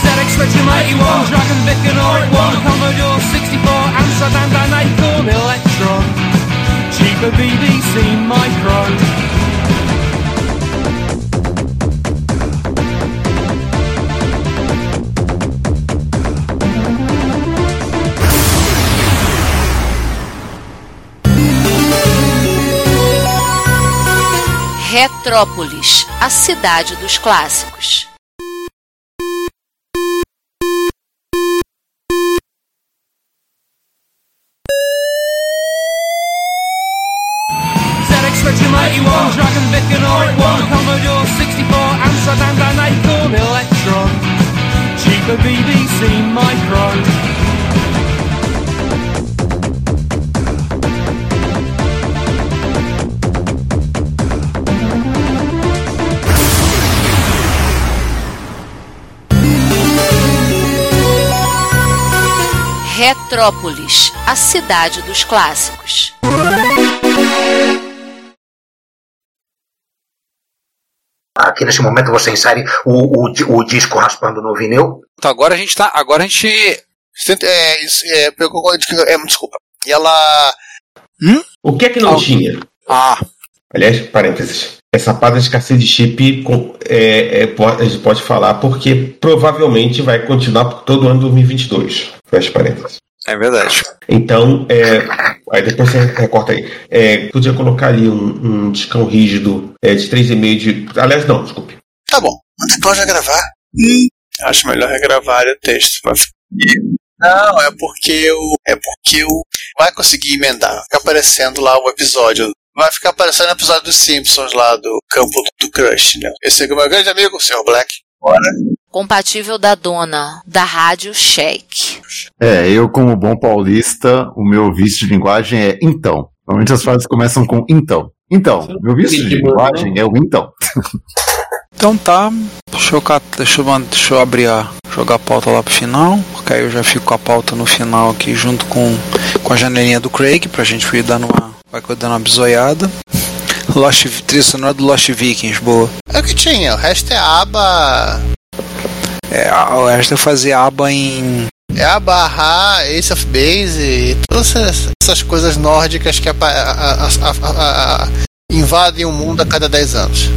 Phantom 81, Dragon Vic and Oric 1, Commodore 64, Amsterdam and Acorn Electron, cheaper BBC Micro. Retrópolis, a cidade dos clássicos. ZX Spectrum 81, Dragon Vic and Oric 1, Commodore 64, Amsterdam and Acorn Electron, cheaper BBC Micro. Retrópolis, a cidade dos clássicos. Aqui nesse momento você insere o, o, di- o disco raspando no vinil. Então agora a gente tá. Agora a gente. Cento- É, isso- é, pegou- é, desculpa. E ela. O que é que não Ah. tinha? Ah, Aliás, parênteses. Essa parte da escassez de chip com- é, é, po- a gente pode falar porque provavelmente vai continuar por todo o ano de 2022. Fecha parênteses. é verdade. Então, é, aí depois você recorta aí. É, podia colocar ali um, um discão rígido é, de 3,5 de. Aliás, não, desculpe. Tá bom. Mas você pode regravar? Hum. Acho melhor regravar o texto. pra fi- Não, é porque o. É porque o. Vai conseguir emendar. Vai ficar aparecendo lá o episódio. Vai ficar aparecendo o episódio dos Simpsons lá do campo do Crush, né? Esse é o meu grande amigo, o Sr. Black. Bora. Compatível da dona da rádio Cheque. É, eu, como bom paulista, o meu vício de linguagem é então. Normalmente as frases começam com então. Então, meu vício de linguagem é o então. Então tá. Deixa eu, cat- deixa eu, man- deixa eu abrir a. jogar a pauta lá pro final. Porque aí eu já fico com a pauta no final aqui junto com, com a janelinha do Craig pra gente ir dando uma. Vai dando uma bisoiada. Lost trilha sonora do Lost Vikings, boa. É o que tinha, o resto é aba. É, a- o resto eu fazia aba em. É a barra, Ace of Base, todas essas, essas coisas nórdicas que apa- a- a- a- a- a- invadem o mundo a cada 10 anos.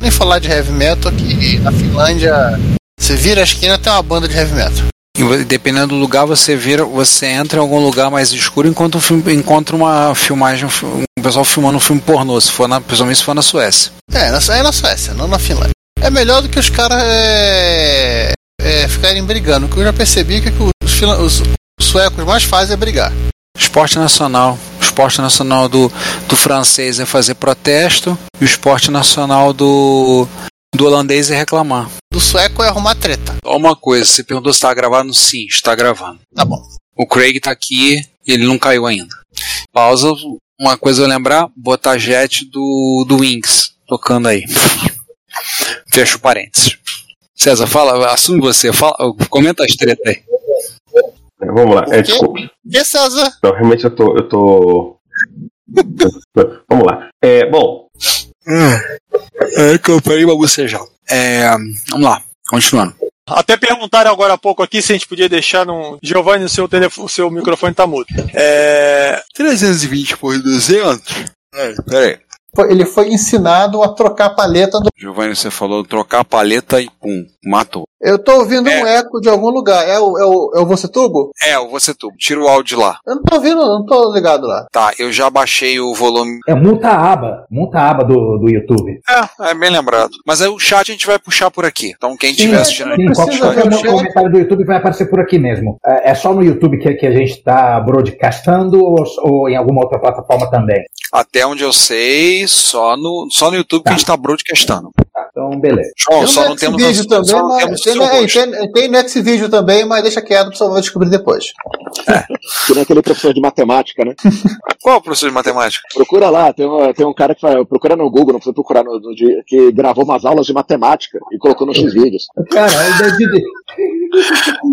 Nem falar de heavy metal, que na Finlândia você vira a esquina tem uma banda de heavy metal. E vo- dependendo do lugar, você vira, você entra em algum lugar mais escuro e encontra, um filme, encontra uma filmagem, um fi- um pessoal filmando um filme pornô, se for na, principalmente se for na Suécia. É, na, Su- é na Suécia, não na Finlândia. É melhor do que os caras é, é, ficarem brigando, que eu já percebi que o que os, finla- os suecos mais fazem é brigar. Esporte nacional. O esporte nacional do, do francês é fazer protesto e o esporte nacional do, do holandês é reclamar. Do sueco é arrumar treta. Só uma coisa, você perguntou se está gravando? Sim, está gravando. Tá bom. O Craig tá aqui e ele não caiu ainda. Pausa, uma coisa eu lembrar, botar jet do, do Wings tocando aí. Fecha o parênteses. César, fala, assume você, fala, comenta as treta aí. É, vamos lá, O é, quê? desculpe. E César? Não, realmente eu tô. Eu tô... vamos lá. É, bom, É que eu peguei uma bucejão. É, vamos lá, continuando. Até perguntaram agora há pouco aqui se a gente podia deixar num. Giovanni, o seu, telefone, o seu microfone tá mudo. É. 320 por 200? É, peraí. Foi- ele foi ensinado a trocar a paleta do. Giovanni, você falou trocar a paleta e pum, matou. Eu tô ouvindo um eco de algum lugar. É o, é o, é o Você Tubo? É, você tu, tira o áudio lá. Eu não tô ouvindo, não tô ligado lá. Tá, eu já baixei o volume É multa a aba, multa a aba do, do YouTube. É, é bem lembrado. Mas aí o chat a gente vai puxar por aqui. Então quem estiver assistindo. Sim, qualquer precisa coisa, um ver o o chat. comentário do YouTube vai aparecer por aqui mesmo. É é só no YouTube que, que a gente está broadcastando ou, ou em alguma outra plataforma também? Até onde eu sei, só no, só no YouTube que a gente tá broadcastando. Tá, Então, beleza. João, Tem só no não temos Xvideo também, só não mas- temos o tem, seu é, rosto. tem, tem no Xvideo também, mas deixa quieto, o pessoal vai descobrir depois. Que nem Tipo, é aquele professor de matemática, né? Qual é o professor de matemática? Procura lá, tem um, tem um cara que fala, procura no Google, não precisa procurar no, no de- que gravou umas aulas de matemática e colocou no X-Vídeos. Cara, a ideia de,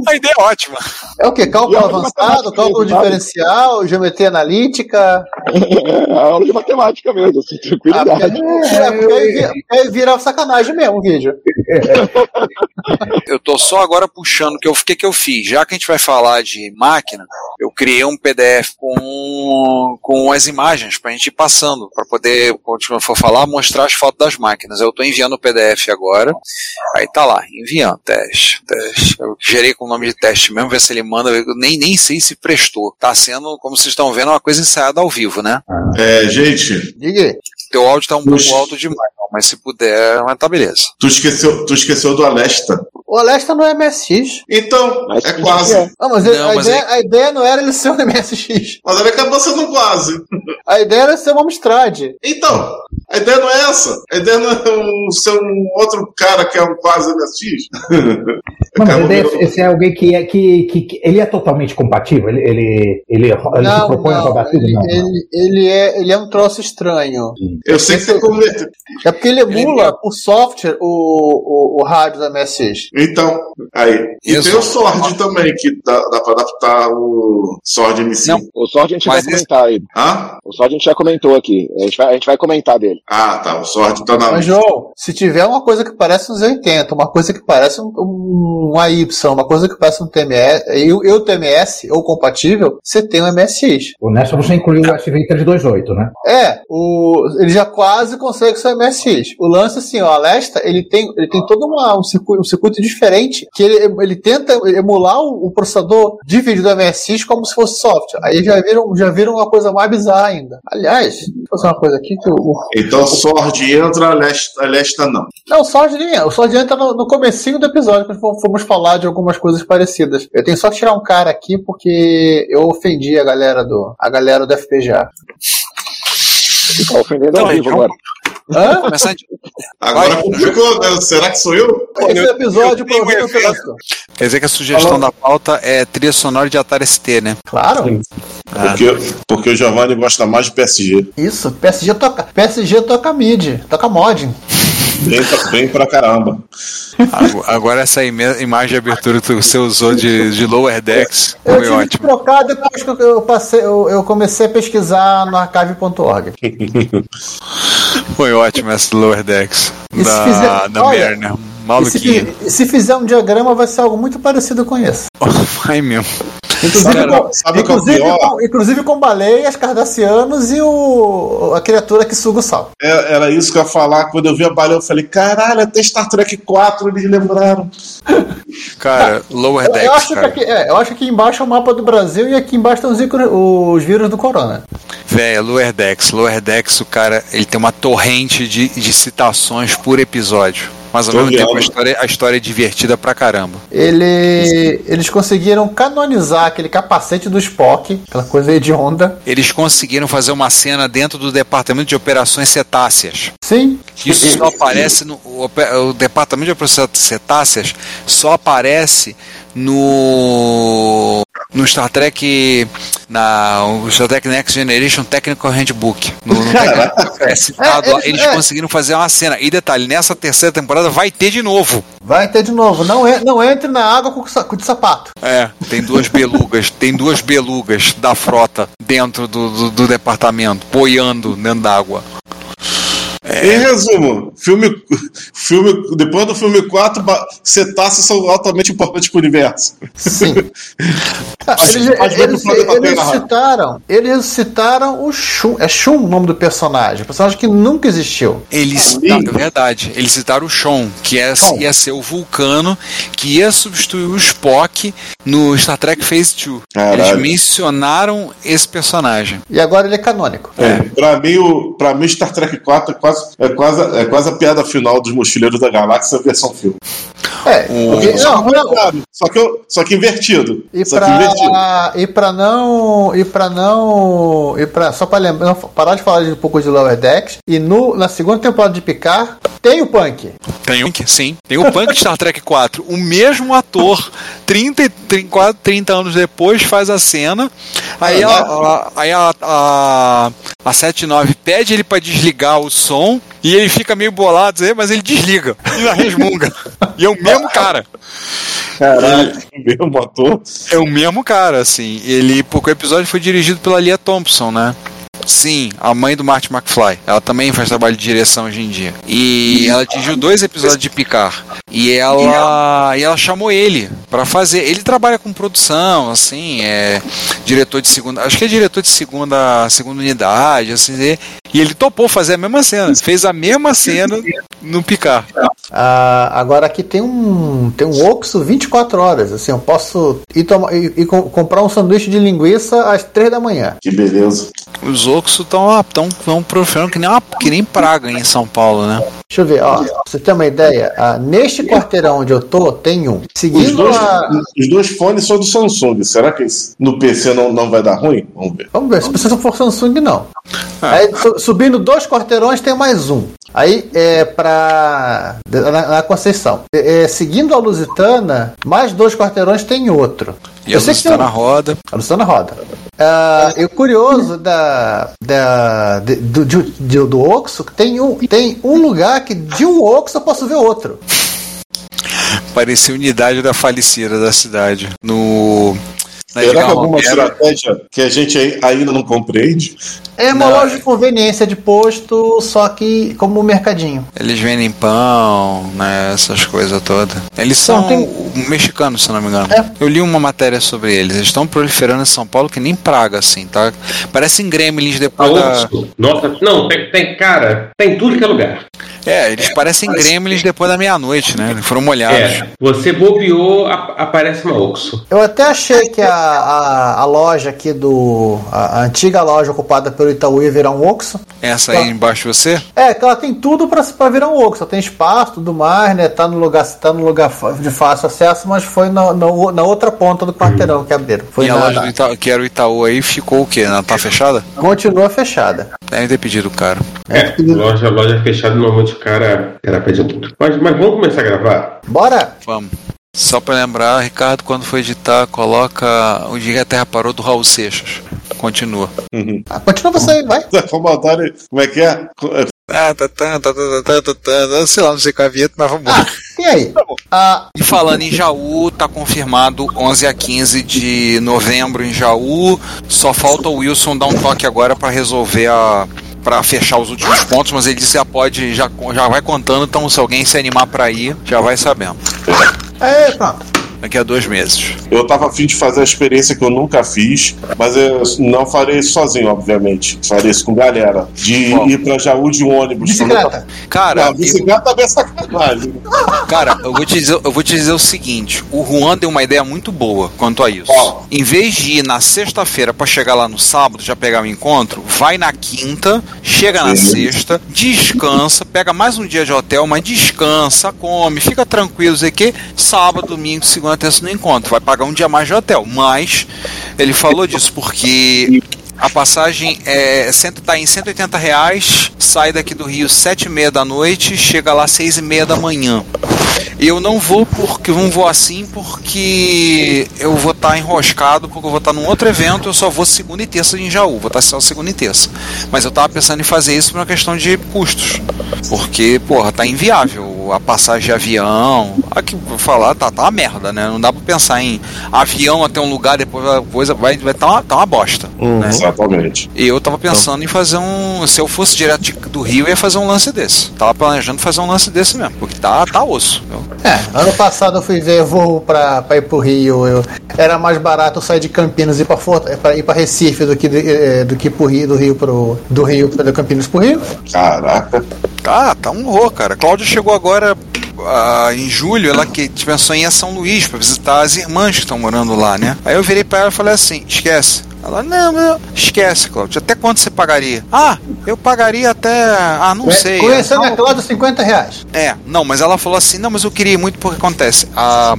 A ideia é ótima. É o quê? Cálculo avançado, cálculo diferencial, geometria analítica. É a aula de matemática mesmo, assim, Ah, porque tranquilidade. é, porque aí vi- aí vira sacanagem mesmo o vídeo. Eu tô só agora puxando o que eu, o que, que eu fiz. Já que a gente vai falar de máquina, eu criei um PDF com, com as imagens pra gente ir passando, pra poder, quando for falar, mostrar as fotos das máquinas. Eu tô enviando o PDF agora. Aí tá lá, enviando, teste, teste. Eu gerei com o nome de teste mesmo, ver se ele manda. Eu nem, nem sei se prestou. Tá sendo, como vocês estão vendo, uma coisa ensaiada ao vivo, né? É, gente, Diga aí. Teu áudio tá um pouco alto demais, mas se puder, mas tá beleza. tu esqueceu, tu esqueceu do Alesta. O Alesta não é MSX. Então, é quase. Ah, mas, ele- Não, a, mas é ideia, a ideia não era ele ser um MSX. Mas ele acabou sendo um quase. A ideia era ser um Amstrad. Então, a ideia não é essa. A ideia não é um, ser um outro cara que é um quase MSX. Mano, mas daí esse é alguém que, é, que, que, que- ele é totalmente compatível? Ele, ele, ele, ro- ele se Não, propõe a não, rodar tudo? Não. Ele, ele é, ele é um troço estranho. Eu sei que você comenta. É porque ele emula por software o, o, o rádio da MSX. Então, aí. E Isso. tem o Sword também, que dá, dá pra adaptar o Sword MC. O Sword a gente vai comentar aí. O Sword a gente já comentou aqui. A gente vai, a gente vai comentar dele. Ah, tá. O Sword tá na Mas, lista. João, se tiver uma coisa que parece uns 80, uma coisa que parece um, um AY, uma coisa que parece um TMS, eu, eu TMS ou compatível, você tem um MSX. O Nessa você incluiu o SV328, né? É, o, ele já quase consegue ser MSX. O lance, assim, o Alesta, ele tem, ele tem todo uma- um, circuito, um circuito diferente, que ele, ele tenta emular o, o processador de vídeo do MSX como se fosse software. Aí já viram, já viram uma coisa mais bizarra ainda. Aliás, deixa eu fazer uma coisa aqui que o. o- Então, Sword entra, Alesta, Alesta não. Não, só de linha. O só de entra no, no comecinho do episódio, quando fom- fomos falar de algumas coisas parecidas. Eu tenho só que tirar um cara aqui porque eu ofendi a galera do, a galera do FPGA. Tá ofendendo ao vivo agora. Hã? Agora complicou, né? Será que sou eu? Esse episódio pra ouvir no trânsito. Quer dizer que a sugestão da pauta é trilha sonora de Atari ST, né? Claro. Porque, porque o Giovanni gosta mais de PSG. Isso, PSG toca, PSG toca mid, toca mod. Bem pra, bem pra caramba. Ago- Agora essa ime- imagem de abertura que você usou de, de Lower Decks Eu foi tive que ótimo. trocar depois que eu- eu passei, eu, eu comecei a pesquisar no archive.org. Foi ótimo essa Lower Decks E se da, fizer- da olha, Merner. E se, Maluquinho. fi- se fizer um diagrama, vai ser algo muito parecido com esse. Vai mesmo. Inclusive, Cara, com, inclusive, com, inclusive com baleias, cardacianos e o, a criatura que suga o sal. É- Era isso que eu ia falar. Quando eu vi a baleia, eu falei: caralho, até Star Trek 4 eles lembraram. Cara, Lower Eu, eu Decks, acho que cara. aqui, é, eu acho que embaixo é o mapa do Brasil e aqui embaixo estão os, ícones- os vírus do corona. Véia, Lower Decks. Lower Decks, o cara, ele tem uma torrente de, de citações por episódio. Mas ao Tô mesmo tempo ligado. a história, a história é divertida pra caramba. Ele, eles conseguiram canonizar aquele capacete do Spock, aquela coisa hedionda. Eles conseguiram fazer uma cena dentro do departamento de operações cetáceas. Sim. Isso só aparece no. O, ope- o departamento de operações cetáceas só aparece no. No Star Trek. Na, o Star Trek Next Generation Technical Handbook. No, no Technical- é citado lá. É, eles- Eles é. conseguiram fazer uma cena. E detalhe, nessa terceira temporada vai ter de novo. Vai ter de novo. Não, en- não entre na água com, o sa- com o sapato. É, tem duas belugas, tem duas belugas da frota dentro do, do, do departamento, boiando dentro d'água. Em resumo, filme, filme, depois do filme 4, ba- cetáceos são altamente importantes pro universo. Sim. Tá, Eles, Mas vai pro eles- planeta eles Terra. citaram, eles citaram o Shun. É Shun o nome do personagem. personagem que nunca existiu. Eles citaram, é verdade, eles citaram o Sean, que é- ia ser o vulcano que ia substituir o Spock no Star Trek Phase 2. Caralho. Eles mencionaram esse personagem. E agora ele é canônico. É, pra, mim, o, pra mim, Star Trek 4 é quase, é, quase, é quase a piada final dos Mochileiros da Galáxia versão filme. É, porque- só, não, que, contrário, só, que eu- só que invertido. E só que invertido. pra, e pra não. E pra não. E pra, só pra lembrar, não, parar de falar de um pouco de Lower Decks. E no, na segunda temporada de Picard, tem o Punk. Tem o sim. Tem o Punk de Star Trek 4. O mesmo ator, 30, e 30, quase 30 anos depois, faz a cena. Aí, a, a, aí a, a, a 79 pede ele pra desligar o som. E ele fica meio bolado, mas ele desliga. E na resmunga. E é o mesmo cara. Caralho. mesmo ator? É o mesmo cara, assim. Ele, porque o episódio foi dirigido pela Lia Thompson, né? Sim, a mãe do Marty McFly. Ela também faz trabalho de direção hoje em dia. E ela dirigiu dois episódios de Picar. E ela, e ela chamou ele pra fazer. Ele trabalha com produção, assim, é diretor de segunda, acho que é diretor de segunda, segunda unidade, assim. E e ele topou fazer a mesma cena. Fez a mesma cena no Picar. Ah, agora aqui tem um tem um Oxxo 24 horas. Assim, eu posso ir, tomar, ir, ir com- comprar um sanduíche de linguiça às 3 da manhã. Que beleza. Os Oxo estão tão, tão profando que nem, uma, que nem praga em São Paulo, né? Deixa eu ver, ó. Pra você ter uma ideia, ah, neste quarteirão onde eu tô, tem um. Os Seguindo dois, a. os dois fones são do Samsung. Será que isso- no PC não, não vai dar ruim? Vamos ver. Vamos ver, se precisa for Samsung, não. Aí, su- subindo dois quarteirões, tem mais um. Aí é pra. na, na Conceição. É, é, seguindo a Lusitana, mais dois quarteirões tem outro. E a que tem Luciana um- roda. A Luciana roda. Ah, e o curioso da, da, de- do, de- de- do Oxo, tem um, tem um lugar que de um Oxo eu posso ver outro. Parecia unidade da falecida da cidade. No. na Será Edgar que alguma Romero. estratégia que a gente ai- ainda não compreende? É uma loja de conveniência de posto, só que como um mercadinho. Eles vendem pão, né? Essas coisas todas. Eles são Não, tem- mexicanos, se não me engano. Eu li uma matéria sobre eles. Eles estão proliferando em São Paulo que nem praga, assim, tá? Parecem gremlins Ah, depois da. Oxo. Nossa, não, tem, tem- cara, tem tudo que é lugar. É, eles parecem gremlins depois da meia-noite, né? Eles foram molhados. É, você bobeou, a- aparece uma Oxo. Eu até achei que a, a, a loja aqui do. A, a antiga loja ocupada pelo Itaú ia virar um Oxo. Essa aí embaixo de você? É, que ela tem tudo pra, pra virar um Oxo. Ela tem espaço, tudo mais, né? Tá no lugar, tá no lugar fa- de fácil acesso, mas foi na, na, o- na outra ponta do quarteirão que abriram. Foi e a na- loja do Itaú, que era o Itaú aí ficou o quê? Ela tá fechada? Continua fechada. Devem ter pedido caro. É, loja, loja fechada, normalmente o cara, o cara pede tudo. Mas, mas vamos começar a gravar? Bora! Vamos. Só pra lembrar, Ricardo, quando for editar, coloca O Dia que a Terra Parou do Raul Seixas. Continua. Ah, continua você aí, vai. Como é que é? Ah, tá, tá, tá, tá, tá, tá, tá, tá, sei lá, não sei qual é a vinheta, mas vamos. E aí? Tá Ah, E falando em Jaú, tá confirmado 11 a 15 de novembro em Jaú. Só falta o Wilson dar um toque agora pra resolver a Pra fechar os últimos pontos, mas ele disse já pode já já vai contando, então se alguém se animar pra ir, já vai sabendo. É, pronto. Daqui a dois meses. Eu tava afim de fazer a experiência que eu nunca fiz, mas eu não farei isso sozinho, obviamente. Farei isso com galera. De Bom. ir pra Jaú de ônibus. Bicicleta. Cara, Não, bicicleta é sacanagem. Cara, eu vou, te dizer, eu vou te dizer o seguinte: o Juan deu uma ideia muito boa quanto a isso. Em vez de ir na sexta-feira pra chegar lá no sábado, já pegar o encontro, vai na quinta, chega na sexta, descansa, pega mais um dia de hotel, mas descansa, come, fica tranquilo, sei o quê. Sábado, domingo, segunda, terça no encontro. Vai pagar um dia mais de hotel. Mas ele falou disso porque a passagem é, cento- tá em 180 reais, sai daqui do Rio 7 e meia da noite, chega lá 6 e meia da manhã. Eu não vou porque não vou assim porque eu vou estar enroscado, porque eu vou estar num outro evento, eu só vou segunda e terça em Jaú, vou estar só segunda e terça. Mas eu tava pensando em fazer isso por uma questão de custos. Porque, porra, tá inviável a passagem de avião. Aqui vou falar, tá, tá uma merda, né? Não dá pra pensar em avião até um lugar, depois a coisa vai, vai tá, uma, tá uma bosta. né? Exatamente. E eu tava pensando em fazer um. Se eu fosse direto de- do Rio, eu ia fazer um lance desse. Tava planejando fazer um lance desse mesmo, porque tá, tá osso. entendeu? É, ano passado eu fui ver voo pra, pra ir pro Rio. Eu, era mais barato eu sair de Campinas e ir pra, Forta, pra, ir pra Recife do que, de- eh, do que pro Rio, do Rio pro. Do Rio do Campinas pro Rio. Caraca. Tá, tá um horror, cara. Cláudia chegou agora ah, em julho, ela que pensou em ir a São Luís pra visitar as irmãs que estão morando lá, né? Aí eu virei pra ela e falei assim: esquece. Ela, não, não, esquece, Cláudia. Até quanto você pagaria? Ah, eu pagaria até. Ah, não sei. É, Conhecendo a Cláudia, 50 reais. É, não, mas ela falou assim, não, mas eu queria ir muito porque acontece. A,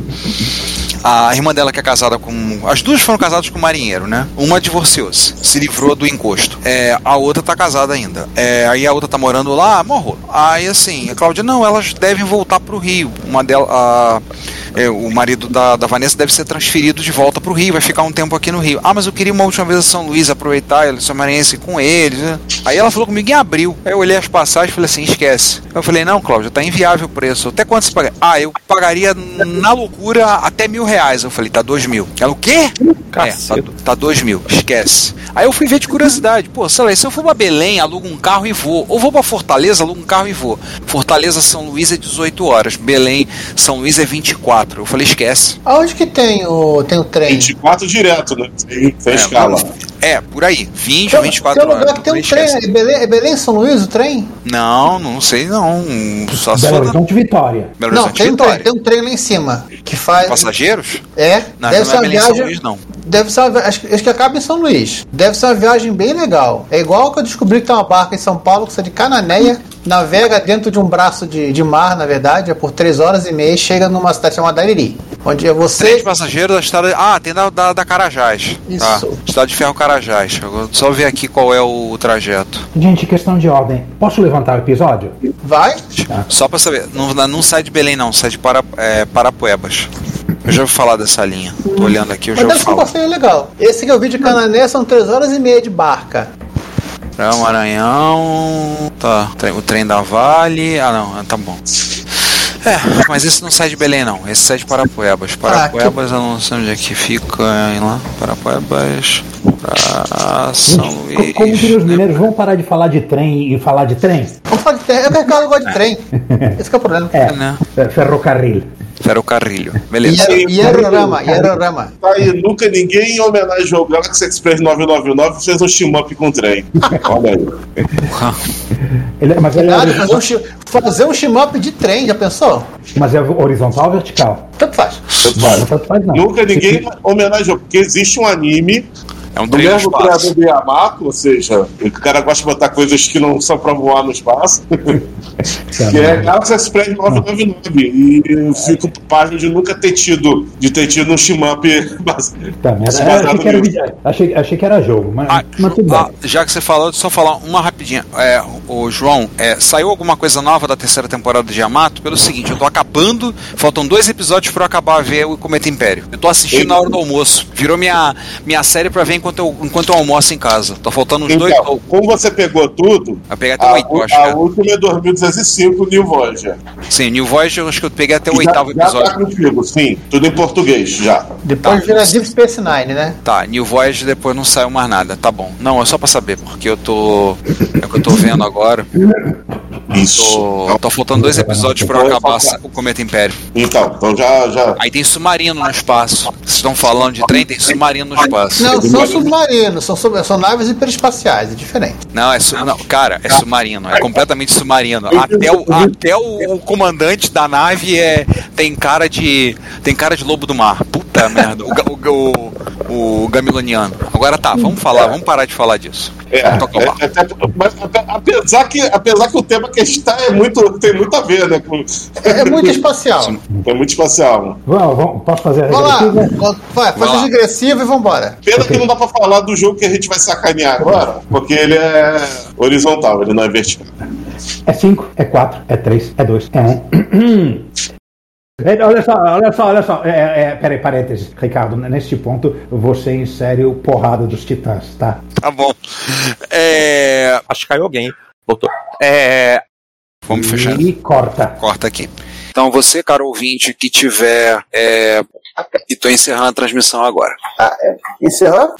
A irmã dela que é casada com. As duas foram casadas com um marinheiro, né? Uma divorciou-se, se livrou do encosto. É, a outra tá casada ainda. É, aí a outra tá morando lá, morro. Aí assim, a Cláudia, não, elas devem voltar pro Rio. Uma dela. a- é, o marido da, da Vanessa deve ser transferido de volta pro Rio, vai ficar um tempo aqui no Rio. Ah, mas eu queria uma última vez a São Luís aproveitar, eu sou maranhense com eles. né? Aí ela falou comigo em abril. Aí eu olhei as passagens e falei assim: esquece. Eu falei: não, Cláudia, tá inviável o preço. Até quanto você paga? Ah, eu pagaria na loucura até mil reais. Eu falei: tá dois mil. Ela, o quê? É, tá, tá dois mil, esquece. Aí eu fui ver de curiosidade: pô, sei lá, se eu for pra Belém, alugo um carro e vou. Ou vou pra Fortaleza, alugo um carro e vou. Fortaleza, São Luís é 18 horas. Belém, São Luís é 24. Eu falei: esquece. Aonde que tem o, tem o trem? 24 direto, né? Sem sem escala. É, por aí. 20, Tem 24 um lugar horas. que tem um trem. É Belém, é Belém São Luís o trem? Não, não sei não. Só Belo só- Horizonte Vitória. Belo não, Horizonte, tem um, Vitória. trem, tem um trem lá em cima. Que faz. Passageiros? É, Não, deve não ser é uma Belém São viagem. Luís, não. Deve ser uma, vi- acho, que- acho que acaba em São Luís. Deve ser uma viagem bem legal. É igual que eu descobri que tem uma barca em São Paulo que sai de Cananéia, navega dentro de um braço de, de mar, na verdade, é por três horas e meia e chega numa cidade chamada Ariri. Onde é Trem você. de passageiros da estrada. Ah, tem da, da, da Carajás. Isso. Tá. Estrada de ferro Carajás. Agora, Só ver aqui qual é o trajeto. Gente, questão de ordem. Posso levantar o episódio? Vai? Só pra saber. Não, não sai de Belém, não. Sai de Para, é, Parapuebas. Eu já ouvi falar dessa linha. Tô olhando aqui, eu Mas já ouvi deve ser um falar. passeio legal. Esse que eu vi de Cananéia são três horas e meia de barca. É o Maranhão. Tá. Tre- O trem da Vale. Ah, não. ah, Tá bom. É, mas esse não sai de Belém, não. Esse sai de Parapuebas. Parapuebas, eu não sei onde é que fica. hein, lá. Parapuebas. Pra São né? Co- Luís. Como diriam os mineiros, vamos parar de falar de trem e falar de trem? Vamos falar de É trem. Eu quero gosto de trem. Esse que é o problema. É, é, ferrocarril. Ferrocarrilho. né. Beleza. Yarorama, Yarorama. Tá aí, nunca ninguém em homenagem ao Galaxy Express 999 fez um team-up com o trem. Olha aí. Ele- mas, ele é Cara, horizontal, fazer um, chi- fazer um shim-up de trem, já pensou? mas é horizontal ou vertical? Tanto faz. Não, tanto faz não. Nunca ninguém homenageou, porque existe um anime é um do trailer mesmo no espaço. criador do Yamato, ou seja, o cara gosta de botar coisas que não são pra voar no espaço, Tá que né? é Galaxy Express 999. E eu fico página de nunca ter tido, de ter tido um shim-up base- Tá, merda. Eu baseado achei, que era, nisso. vídeo- achei, achei que era jogo, mas, mas tudo bem. Ah, já que você falou, deixa eu só falar uma rapidinha. É, o João, é, saiu alguma coisa nova da terceira temporada de Yamato? Pelo seguinte, eu tô acabando, faltam dois episódios pra eu acabar a ver o Cometa Império. Eu tô assistindo na hora do almoço. Virou minha, minha série pra ver enquanto eu, enquanto eu almoço em casa. Tá faltando uns dois. Então, como você pegou tudo, Vai pegar até o a, oito, eu acho. a né? última é 2205, New Voyager. Sim, New Voyage, eu acho que eu peguei até o Já- oitavo já episódio. tá contigo, sim. Tudo em português, já. Depois vira Deep Space Nine, né? Tá, New Voyage depois não saiu mais nada, tá bom. Não, é só pra saber, porque eu tô. É o que eu tô vendo agora. Isso. Tô, tô faltando dois episódios pra eu acabar o Cometa Império. Então, então já. já. Aí tem submarino no espaço. Vocês estão falando de trem, tem submarino no espaço. Não, são submarinos, são, sub- são naves hiperespaciais, é diferente. Não, é su- não, cara, é submarino, é completamente submarino. Até o, até o, o comandante da nave é tem cara de tem cara de lobo do mar. Puta merda, o, ga- o, ga- o, o gamiloniano. Agora tá, vamos falar, vamos parar de falar disso. É, é, até- mas até- apesar, que, apesar que o tema que está é muito, tem muito a ver, né? com- É muito espacial. É muito espacial. Vamos, vamos, posso fazer a Vamos lá, regressiva? vai, faz a digressiva e vambora. Pena que não dá pra falar do jogo que a gente vai sacanear agora, porque ele é horizontal, ele não é vertical. É 5, é 4, é 3, é 2, é 1. Olha só, olha só, olha só. É, é, peraí, parênteses, Ricardo. Neste ponto, você insere o porrada dos titãs, tá? Tá bom. É... Acho que caiu alguém. Voltou. É... Vamos fechar. E corta. Corta aqui. Então você, caro ouvinte, que tiver. É... E tô encerrando a transmissão agora. Encerrou?